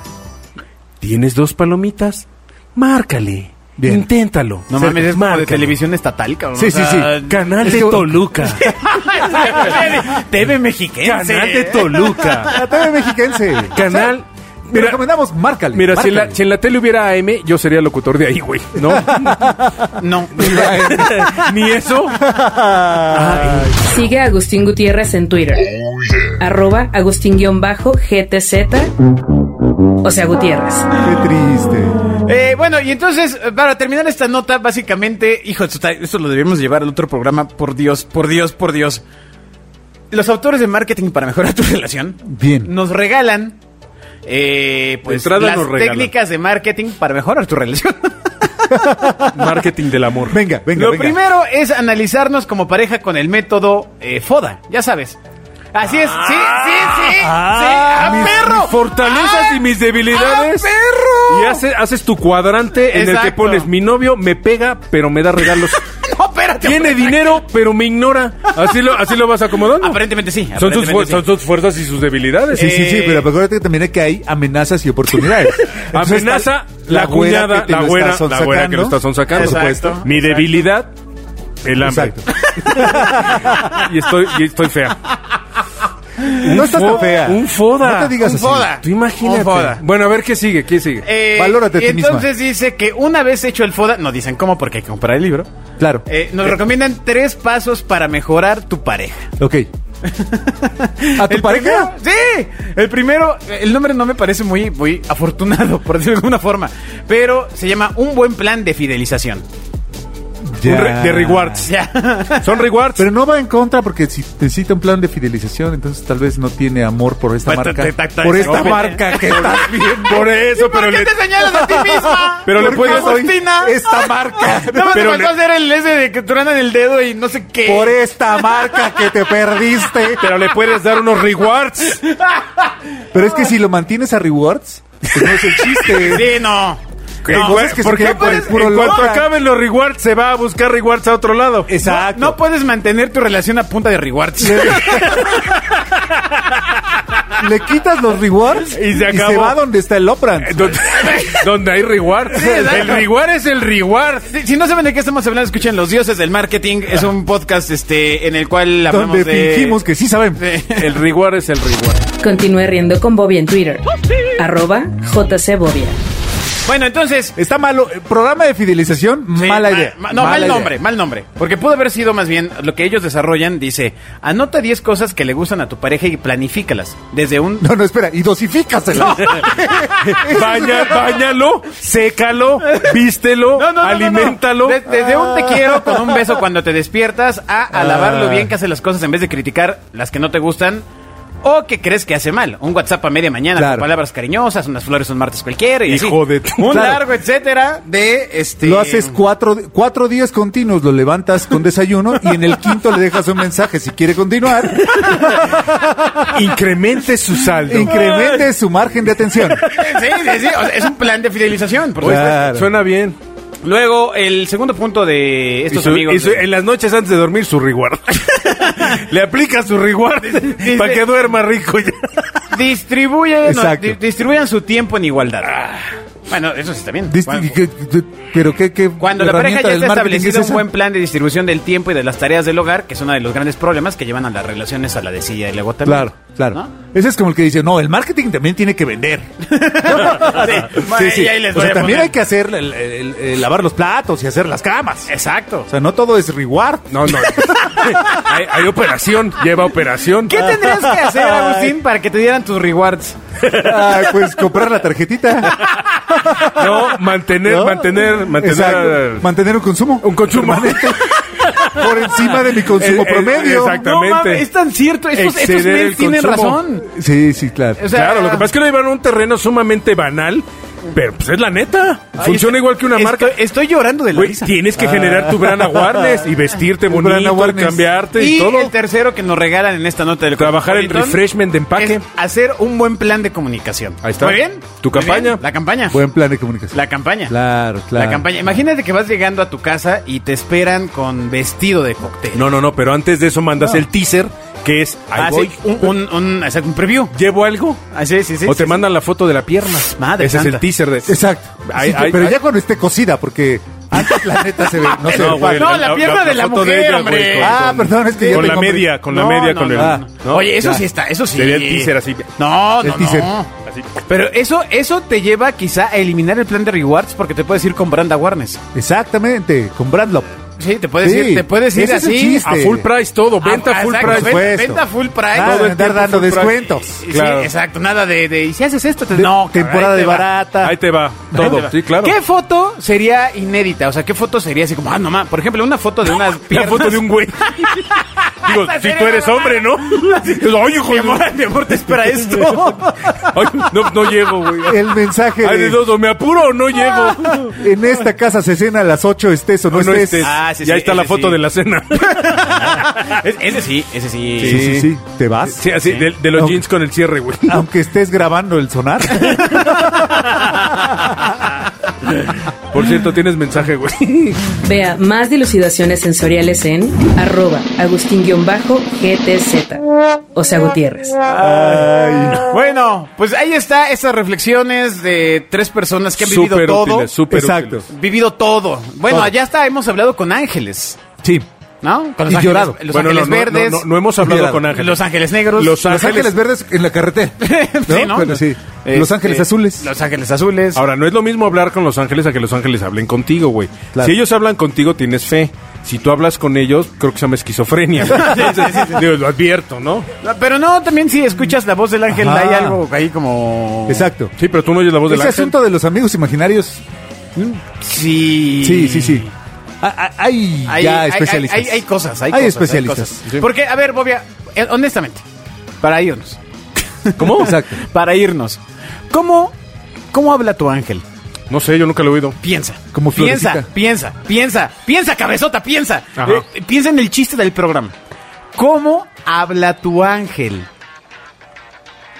Speaker 5: ¿Tienes dos palomitas? Márcale.
Speaker 3: Bien.
Speaker 5: Inténtalo.
Speaker 2: No mames, es como de
Speaker 5: Márcale.
Speaker 2: televisión estatal, cabrón.
Speaker 3: Sí, sí, sí.
Speaker 5: Canal
Speaker 3: Es
Speaker 5: de
Speaker 3: que-
Speaker 5: Toluca.
Speaker 2: TV mexiquense.
Speaker 5: Canal de Toluca.
Speaker 3: La TV mexiquense.
Speaker 5: Canal-
Speaker 3: O sea, Te
Speaker 5: Mira-
Speaker 3: recomendamos, márcale.
Speaker 5: Mira, si en, la,
Speaker 3: márcale.
Speaker 5: si en la tele hubiera AM, yo sería locutor de ahí, güey. ¿No?
Speaker 2: No.
Speaker 5: Ni eso.
Speaker 1: Sigue a Agustín Gutiérrez en Twitter. Arroba Agustín-GTZ. O sea, Gutiérrez.
Speaker 3: Qué triste.
Speaker 2: Eh, bueno, y entonces, eh, para terminar esta nota, básicamente, hijo, esto, está- esto lo debíamos llevar al otro programa, por Dios, por Dios, por Dios. Los autores de marketing para mejorar tu relación
Speaker 3: Bien.
Speaker 2: nos regalan eh, pues,
Speaker 4: entrada
Speaker 2: las
Speaker 4: nos regalan.
Speaker 2: técnicas de marketing para mejorar tu relación.
Speaker 4: Marketing del amor.
Speaker 3: Venga, venga,
Speaker 2: Lo
Speaker 3: venga.
Speaker 2: primero es analizarnos como pareja con el método eh, FODA, ya sabes. Así es, sí, sí, sí,
Speaker 4: Ah,
Speaker 2: sí, ¡ah,
Speaker 4: mis-
Speaker 2: perro!
Speaker 4: mis fortalezas y mis debilidades.
Speaker 2: ¡Ah, perro!
Speaker 4: Y hace- haces tu cuadrante en el que
Speaker 2: Exacto.
Speaker 4: pones mi novio me pega, pero me da regalos.
Speaker 2: No, Ah, espérate,
Speaker 4: Tiene
Speaker 2: hombre.
Speaker 4: dinero, pero me ignora. Así lo, así lo vas acomodando.
Speaker 2: Aparentemente sí.
Speaker 4: Son tus,
Speaker 2: aparentemente
Speaker 4: fuer-
Speaker 2: sí.
Speaker 4: son tus fuerzas y sus debilidades.
Speaker 3: Sí, sí, sí,
Speaker 2: Eh.
Speaker 3: pero acuérdate que también que hay amenazas y oportunidades. Entonces,
Speaker 4: Amenaza
Speaker 3: está
Speaker 4: la,
Speaker 3: güera
Speaker 4: cuñada,
Speaker 3: que te
Speaker 4: la
Speaker 3: lo
Speaker 4: güera,
Speaker 3: está sonsacando.
Speaker 4: la güera que lo está sonsacando.
Speaker 2: Exacto,
Speaker 4: Por supuesto. Mi
Speaker 2: exacto.
Speaker 4: debilidad, el hambre.
Speaker 3: Exacto.
Speaker 4: Y estoy, y estoy fea.
Speaker 3: No estás tan
Speaker 4: fo-
Speaker 3: fea.
Speaker 4: un foda.
Speaker 3: No te digas
Speaker 2: Un
Speaker 3: así.
Speaker 2: foda.
Speaker 5: Tú imagínate.
Speaker 2: Un foda.
Speaker 4: Bueno, a ver qué sigue, qué sigue.
Speaker 2: Eh,
Speaker 3: Valórate a
Speaker 2: y
Speaker 3: ti misma.
Speaker 2: Entonces dice que una vez hecho el FODA, no dicen cómo porque hay que comprar el libro.
Speaker 3: Claro.
Speaker 2: Eh, nos recomiendan tres pasos para mejorar tu pareja.
Speaker 3: Ok. ¿A tu
Speaker 2: ¿El
Speaker 3: pareja?
Speaker 2: primero? sí. El primero, eh, el nombre no me parece muy, muy afortunado, por decirlo de alguna forma, pero se llama Un buen plan de fidelización.
Speaker 3: Ya.
Speaker 4: Un re- de rewards. Son rewards.
Speaker 3: Pero no va en contra porque si necesita un plan de fidelización, entonces tal vez no tiene amor por esta
Speaker 4: Pues
Speaker 2: Bueno,
Speaker 3: marca.
Speaker 2: te- te- te-
Speaker 3: por esta
Speaker 2: obviamente.
Speaker 3: marca que estás viendo.
Speaker 4: por eso, pero le,
Speaker 2: señalas a ti misma?
Speaker 4: pero le
Speaker 3: Porque
Speaker 4: puedes
Speaker 3: soy
Speaker 2: Agustina.
Speaker 3: Esta marca.
Speaker 2: No me
Speaker 4: Pero
Speaker 2: faltó
Speaker 4: le-
Speaker 2: hacer el ese de que truenan el dedo y no sé qué.
Speaker 3: Por esta marca que te perdiste.
Speaker 4: pero le puedes dar unos rewards.
Speaker 3: Pero es que si lo mantienes a rewards, pues no es el chiste.
Speaker 2: Sí, no.
Speaker 3: No, pues
Speaker 4: Igual-
Speaker 3: es que se
Speaker 4: porque
Speaker 3: queda por el
Speaker 4: puedes-
Speaker 3: puro
Speaker 4: en cuanto
Speaker 3: loca.
Speaker 4: acaben los rewards, se va a buscar rewards a otro lado.
Speaker 3: Exacto.
Speaker 2: No puedes mantener tu relación a punta de rewards.
Speaker 3: Le quitas los rewards
Speaker 4: Y
Speaker 3: y
Speaker 4: se
Speaker 3: se,
Speaker 4: acabó.
Speaker 3: va donde está el Lopran.
Speaker 4: Eh, Donde, donde hay rewards.
Speaker 2: Sí, exacto.
Speaker 4: el reward es el reward.
Speaker 2: Si, si no saben de qué estamos hablando, escuchen Los Dioses del Marketing. Es un podcast este en el cual hablamos
Speaker 3: Donde
Speaker 2: de...
Speaker 3: fingimos que sí saben.
Speaker 2: de-
Speaker 4: El reward es el reward.
Speaker 1: Continúe riendo con Bobia en Twitter. Arroba JC Bobia.
Speaker 2: Bueno, entonces...
Speaker 3: Está malo. El Programa de fidelización,
Speaker 2: sí,
Speaker 3: mala
Speaker 2: ma-
Speaker 3: idea.
Speaker 2: ma- no, mal
Speaker 3: Mala idea.
Speaker 2: nombre, mal nombre. Porque pudo haber sido más bien lo que ellos desarrollan. Dice, anota 10 cosas que le gustan a tu pareja y planifícalas. Desde un...
Speaker 3: No, no, espera. Y dosifícasela.
Speaker 4: Baña, bañalo, sécalo, vístelo,
Speaker 2: No, no, no, no, no.
Speaker 4: aliméntalo.
Speaker 2: De- desde un te quiero con un beso cuando te despiertas a alabar
Speaker 4: Ah.
Speaker 2: lo bien que hace las cosas en vez de criticar las que no te gustan o que crees que hace mal. Un WhatsApp a media mañana
Speaker 3: Claro.
Speaker 2: con palabras cariñosas, unas flores un martes cualquiera y así.
Speaker 4: Hijo de tu-
Speaker 2: un
Speaker 4: Claro.
Speaker 2: largo etcétera de este
Speaker 3: Lo haces cuatro, cuatro días continuos, lo levantas con desayuno y en el quinto le dejas un mensaje si quiere continuar,
Speaker 4: Incremente su saldo.
Speaker 3: incremente su margen de atención.
Speaker 2: Sí, sí, sí, o sea, es un plan de fidelización, por
Speaker 4: Oye, pues,
Speaker 2: supuesto.
Speaker 3: Claro.
Speaker 4: Suena bien.
Speaker 2: Luego, el segundo punto de estos
Speaker 4: Y su-
Speaker 2: amigos.
Speaker 4: y su-
Speaker 2: de-
Speaker 4: en las noches antes de dormir, su reward. Le aplica su reward para que duerma rico ya.
Speaker 2: Distribuyen, no,
Speaker 3: Exacto.
Speaker 2: di- distribuyan su tiempo en igualdad.
Speaker 4: Ah.
Speaker 2: Bueno, eso sí está bien.
Speaker 3: Dist-
Speaker 2: Bueno,
Speaker 3: que- que- Pero qué, qué
Speaker 2: Cuando la pareja
Speaker 3: herramienta
Speaker 2: ya
Speaker 3: del
Speaker 2: está
Speaker 3: marketing
Speaker 2: establecida
Speaker 3: es
Speaker 2: un buen
Speaker 3: esa?
Speaker 2: plan de distribución del tiempo y de las tareas del hogar, que es uno de los grandes problemas que llevan a las relaciones a la desidia y el agotamiento.
Speaker 3: Claro, claro.
Speaker 2: ¿No?
Speaker 3: Ese es como el que dice, no, el marketing también tiene que vender.
Speaker 2: Sí, bueno, y ahí les
Speaker 3: o
Speaker 2: voy
Speaker 3: sea,
Speaker 2: a
Speaker 3: también
Speaker 2: poner.
Speaker 3: hay que hacer, el- el- el- lavar los platos y hacer las camas.
Speaker 2: Exacto.
Speaker 3: O sea, no todo es reward.
Speaker 4: No, no. Hay, hay operación, lleva operación.
Speaker 2: ¿Qué tendrías que hacer, Agustín, para que te dieran tus rewards?
Speaker 3: Ay, pues comprar la tarjetita.
Speaker 4: No, mantener,
Speaker 3: ¿no?
Speaker 4: mantener, mantener.
Speaker 3: Exacto. Mantener ah, un consumo.
Speaker 4: Un consumo.
Speaker 3: Permanente. Por encima de mi
Speaker 4: Eh,
Speaker 3: consumo
Speaker 4: eh,
Speaker 3: promedio.
Speaker 4: exacto.
Speaker 2: No,
Speaker 4: Exactamente.
Speaker 2: mames, es tan cierto. Estos, estos
Speaker 4: Exceder
Speaker 2: men
Speaker 4: el
Speaker 2: tienen
Speaker 4: consumo.
Speaker 2: razón.
Speaker 3: Sí, sí, claro.
Speaker 2: O sea,
Speaker 4: claro, lo que pasa es que lo llevaron a un terreno sumamente banal, pero pues es la neta. Funciona igual que una
Speaker 2: estoy-
Speaker 4: marca.
Speaker 2: Estoy, llorando de la
Speaker 4: Güey,
Speaker 2: risa. Ah.
Speaker 4: tienes que generar tu brand awareness y vestirte
Speaker 3: brand
Speaker 4: bonito, y
Speaker 3: awareness.
Speaker 4: cambiarte y,
Speaker 2: Y
Speaker 4: todo.
Speaker 2: el tercero que nos regalan en esta nota del
Speaker 4: Trabajar el
Speaker 2: Cosmopolitan
Speaker 4: refreshment de empaque.
Speaker 2: es hacer un buen plan de comunicación.
Speaker 4: Ahí está.
Speaker 2: Muy bien.
Speaker 4: Tu
Speaker 2: Muy
Speaker 4: campaña.
Speaker 2: bien, La campaña.
Speaker 3: Buen plan de comunicación.
Speaker 2: La campaña.
Speaker 3: Claro, claro.
Speaker 2: La campaña. Imagínate que vas llegando a tu casa y te esperan con vestido de cóctel.
Speaker 4: No, no, no, pero antes de eso mandas el teaser que es ahí
Speaker 2: Ah, sí,
Speaker 4: voy.
Speaker 2: un, un, un, hacer un preview.
Speaker 4: ¿Llevo algo?
Speaker 2: Ah, sí, sí, sí,
Speaker 4: o
Speaker 2: sí,
Speaker 4: te
Speaker 2: sí.
Speaker 4: mandan la foto de la pierna.
Speaker 2: Madre
Speaker 4: Ese es
Speaker 2: santa.
Speaker 4: el teaser de.
Speaker 3: Exacto.
Speaker 4: Ay,
Speaker 3: Sí,
Speaker 4: ay,
Speaker 3: pero
Speaker 4: ay.
Speaker 3: ya cuando esté cocida, porque antes la neta se ve. No se
Speaker 4: No,
Speaker 3: ve.
Speaker 4: güey,
Speaker 2: No, la pierna de la
Speaker 4: foto
Speaker 2: mujer,
Speaker 4: ella,
Speaker 2: hombre.
Speaker 4: güey,
Speaker 3: Ah, perdón, es que yo
Speaker 4: con la
Speaker 3: tengo-
Speaker 4: media, con
Speaker 2: No,
Speaker 4: la media,
Speaker 2: no,
Speaker 4: con el.
Speaker 2: no,
Speaker 3: Ah,
Speaker 2: no. Oye, eso
Speaker 3: ya.
Speaker 2: sí está, eso sí.
Speaker 4: Sería el teaser así.
Speaker 2: No, no,
Speaker 3: El teaser.
Speaker 2: no.
Speaker 4: Así.
Speaker 2: Pero eso, eso te lleva quizá a eliminar el plan de rewards porque te puedes ir con Branda Warnes.
Speaker 3: Exactamente, con Brandlop.
Speaker 2: Sí, te puedes
Speaker 3: Sí,
Speaker 2: ir, te puedes ir
Speaker 3: ese es el
Speaker 2: así.
Speaker 3: chiste.
Speaker 4: A full price todo, venta
Speaker 2: Ah,
Speaker 4: full
Speaker 2: exacto,
Speaker 4: price.
Speaker 2: ven-
Speaker 3: Supuesto.
Speaker 2: Venta full price.
Speaker 3: Nada
Speaker 2: Todo
Speaker 3: de
Speaker 2: el
Speaker 3: andar
Speaker 2: tiempo
Speaker 3: dando
Speaker 2: full price.
Speaker 3: descuentos.
Speaker 2: Sí,
Speaker 4: Claro.
Speaker 2: exacto. Nada de, de, ¿y si haces esto? Te-
Speaker 3: De-
Speaker 2: no, caray,
Speaker 3: temporada
Speaker 2: te
Speaker 3: de
Speaker 2: va.
Speaker 3: barata.
Speaker 4: Ahí te va
Speaker 2: Ahí te
Speaker 4: todo.
Speaker 2: va.
Speaker 4: Sí, claro.
Speaker 2: ¿Qué foto sería inédita? O sea, ¿qué foto sería así como, ah, no ma- Por ejemplo, una foto de unas
Speaker 4: La
Speaker 2: piernas.
Speaker 4: foto de un güey. Digo, si tú eres hombre, ¿no? Oye, hijo de-
Speaker 2: Mi amor, te espera esto.
Speaker 4: Ay, no, no llego, güey.
Speaker 3: El mensaje
Speaker 4: Ay, de
Speaker 3: de,
Speaker 4: dos, o me apuro o no
Speaker 2: Ah.
Speaker 4: llego.
Speaker 3: en esta casa se cena a las 8, estés o no,
Speaker 4: No, no
Speaker 3: estés.
Speaker 4: estés.
Speaker 2: Ah, sí,
Speaker 4: este, ya
Speaker 2: sí,
Speaker 4: está la
Speaker 2: ese
Speaker 4: foto
Speaker 2: sí.
Speaker 4: de la cena.
Speaker 2: Es- ese sí, ese sí.
Speaker 3: Sí, sí, sí, te vas.
Speaker 4: Ah, Sí, así, de, de los
Speaker 3: No.
Speaker 4: jeans con el cierre, güey.
Speaker 3: Aunque estés grabando el sonar.
Speaker 4: Por cierto, tienes mensaje, güey.
Speaker 1: Vea más dilucidaciones sensoriales en arroba Agustín-GTZ. O sea, Gutiérrez.
Speaker 2: Bueno, pues ahí está esas reflexiones de tres personas que han vivido
Speaker 4: Súper
Speaker 2: todo.
Speaker 4: útiles, súper
Speaker 3: Exacto.
Speaker 4: útiles.
Speaker 2: Vivido todo. Bueno,
Speaker 3: Todo.
Speaker 2: ya está, hemos hablado con ángeles,
Speaker 3: sí.
Speaker 2: ¿no? Con los
Speaker 3: Y
Speaker 2: ángeles,
Speaker 3: llorado.
Speaker 2: Los
Speaker 4: Bueno, no,
Speaker 2: ángeles
Speaker 4: no, no,
Speaker 2: verdes.
Speaker 4: No, no hemos hablado
Speaker 3: Cuidado.
Speaker 4: con Ángel.
Speaker 2: Los ángeles negros.
Speaker 4: Los
Speaker 3: Los
Speaker 4: Ángeles-
Speaker 3: Ángeles Verdes en la carretera. ¿no?
Speaker 2: Sí, ¿no?
Speaker 3: Bueno, sí. Los
Speaker 2: Este,
Speaker 3: Ángeles Azules.
Speaker 2: Los ángeles azules.
Speaker 4: Ahora, no es lo mismo hablar con los ángeles a que los ángeles hablen contigo, güey.
Speaker 3: Claro.
Speaker 4: Si ellos hablan contigo, tienes fe. Si tú hablas con ellos, creo que se llama esquizofrenia. güey. Entonces, digo, lo advierto, ¿no?
Speaker 2: No, Pero no, también si escuchas la voz del ángel,
Speaker 3: Ajá.
Speaker 2: hay algo ahí como...
Speaker 3: Exacto.
Speaker 4: Sí, pero tú no oyes la voz del
Speaker 3: Ese
Speaker 4: ángel.
Speaker 3: asunto de los amigos imaginarios.
Speaker 2: Sí.
Speaker 3: Sí, sí, sí. Ah, ah, Hay,
Speaker 2: Hay,
Speaker 3: ya
Speaker 2: hay-
Speaker 3: especialistas.
Speaker 2: hay- hay cosas, hay,
Speaker 3: Hay
Speaker 2: cosas,
Speaker 3: especialistas,
Speaker 2: cosas.
Speaker 3: sí.
Speaker 2: Porque, a ver, Bobia, eh, honestamente, para irnos,
Speaker 3: ¿Cómo? Exacto.
Speaker 2: para irnos, ¿cómo, cómo habla tu ángel?
Speaker 4: No sé, yo nunca lo he oído.
Speaker 2: Piensa.
Speaker 3: Como
Speaker 2: piensa,
Speaker 3: florecita.
Speaker 2: piensa, piensa, piensa, cabezota, piensa.
Speaker 4: Ajá.
Speaker 2: Eh, piensa en el chiste del programa. ¿Cómo habla tu ángel?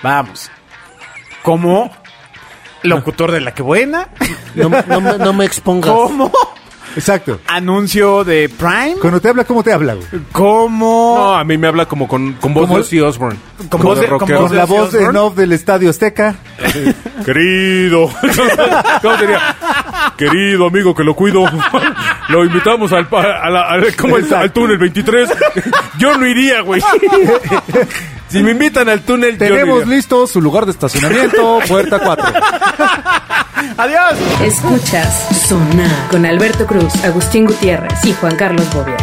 Speaker 2: Vamos. Como
Speaker 3: Ah.
Speaker 2: locutor de la que buena.
Speaker 8: No, no me- no me expongas.
Speaker 2: Como
Speaker 3: Exacto.
Speaker 2: anuncio de Prime.
Speaker 3: Cuando te habla, ¿cómo te habla, güey?
Speaker 2: Como
Speaker 4: No, a mí me habla como con, con voz
Speaker 3: ¿Cómo?
Speaker 4: de Ozzy Osbourne.
Speaker 2: Con
Speaker 4: Como
Speaker 2: voz de- con
Speaker 4: rockero.
Speaker 2: voz
Speaker 3: Con
Speaker 2: de-
Speaker 3: la voz en
Speaker 2: Osbourne?
Speaker 3: off del Estadio Azteca.
Speaker 4: Querido. ¿Cómo sería? Querido amigo que lo cuido. Lo invitamos al, pa- a la- al- ¿cómo es? al túnel 23. Yo no iría, güey. Si me invitan al túnel, yo no
Speaker 3: Tenemos
Speaker 4: iría.
Speaker 3: listo su lugar de estacionamiento, puerta 4.
Speaker 2: Adiós.
Speaker 1: Escuchas Sonar con Alberto Cruz, Agustín Gutiérrez y Juan Carlos Bobia.